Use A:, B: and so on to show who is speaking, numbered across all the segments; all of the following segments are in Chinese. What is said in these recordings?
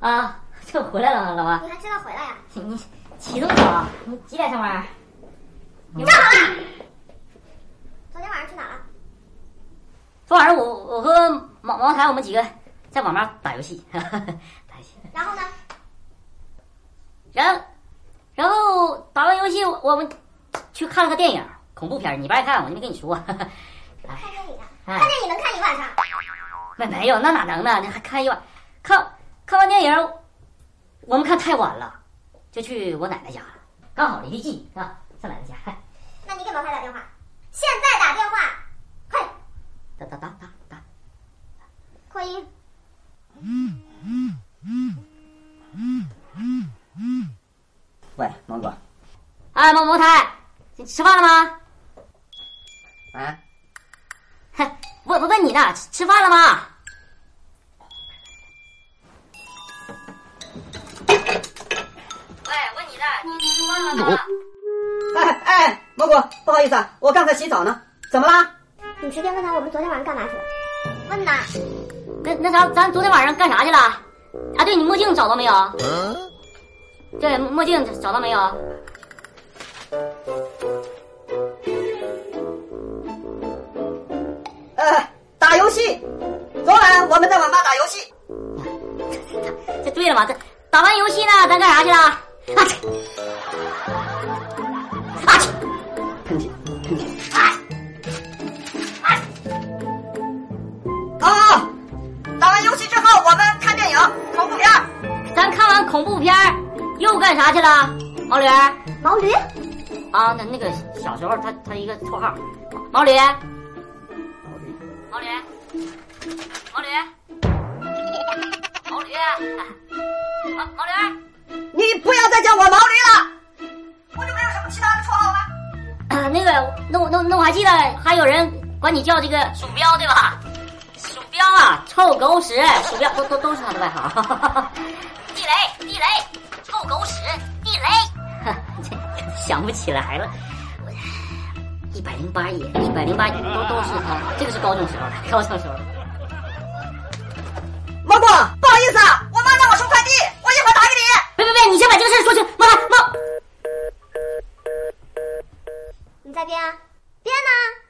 A: 啊， 这回来了，老王，
B: 你还知道回来呀、
A: 你起这么早，啊你几点上班？
B: 站好了。啊昨天晚上去哪了？
A: 昨晚上我我和毛毛台我们几个在网吧打游戏， 哈哈打游戏，
B: 然后呢？
A: 然后然后打完游戏，我我们去看了个电影，恐怖片儿，你不爱看，我就没跟你说。 哈哈
B: 看电影啊？
A: 哎
B: 看电影能看一晚上？
A: 没没有，那哪能呢？那还看一晚，看看完电影，我们看太晚了，就去我奶奶家了，刚好离得近啊，上奶奶家。嗨
B: 那你给茅台打电话，现在打电话，快，
A: 打打打打打，
B: 扩音。
C: 喂，毛哥，
A: 哎，毛毛太，你吃饭了吗？
C: 啊，
A: 哼，我我问你呢，吃吃饭了吗？喂，问你呢，你吃饭了吗？
C: 哎哎，毛哥，不好意思啊，我刚才洗澡呢，怎么啦？
B: 你随便问他我们昨天晚上干嘛去了？问呐，
A: 那那啥，咱昨天晚上干啥去了？啊，对你墨镜找到没有？对，墨镜找到没有？
C: 呃，打游戏，昨晚我们在网吧打游戏。
A: 这对了吗？这打完游戏呢，咱干啥去了？啊切！啊切！
C: 喷嚏，喷嚏。啊！打完游戏之后，我们看电影，恐怖片儿。
A: 咱看完恐怖片儿又干啥去了？毛驴儿
B: 毛驴，
A: 啊，那那个小时候他他一个绰号，毛驴，毛驴，毛驴，毛驴，啊，毛驴儿。
C: 你不要再叫我毛驴了，我就没有什么其他的绰号了。
A: 啊，那个，那我那那我还记得还有人管你叫这个鼠标对吧？鼠标啊，臭狗屎，鼠标都都都是他的外号。 地雷，地雷，臭狗屎，地雷。 这想不起来了。一百零八也，一百零八也都都是他，这个是高中时候的，高中时候的。
C: 毛哥，不好意思啊，我妈让我收快递，我一会儿打给你。
A: 别别别，你先把这个事儿说清，妈妈。
B: 你在编啊？编呢？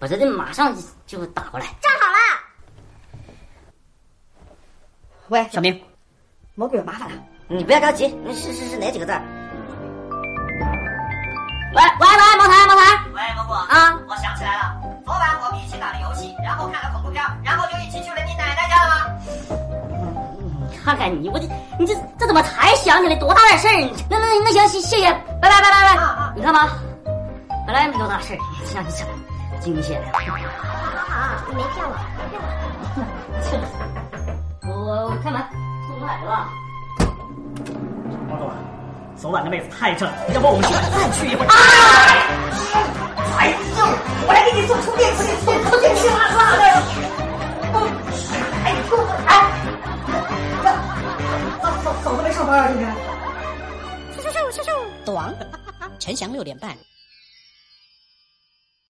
A: 我这这马上就打过来。
B: 站好了。
C: 喂，小明，毛哥有麻烦了，你不要着急，你是是是哪几个字？
A: 喂喂喂，茅台茅台
C: 喂，毛哥，
A: 啊，
C: 我想起来了，昨晚我们一起打了游戏，然后看了恐怖片，然后就一起去了你奶奶家了吗？
A: 你看看你，我这你这这怎么才想起来？多大点事儿？你那那那行，谢谢谢，拜拜拜拜
C: 啊啊
A: 拜。你看吧，本来也没多大事儿，让你整惊险。
B: 好好，啊你没骗我，没骗我。
A: 我 我我开门，送牛奶去了。
D: 毛总，昨晚那妹子太正了，要不我们今晚再去一回？
C: 哎呦，我来给你送充电器，送充电器啦啦的。哎呦，哎，怎怎怎么没上班啊？今天？
E: 短，陈翔六点半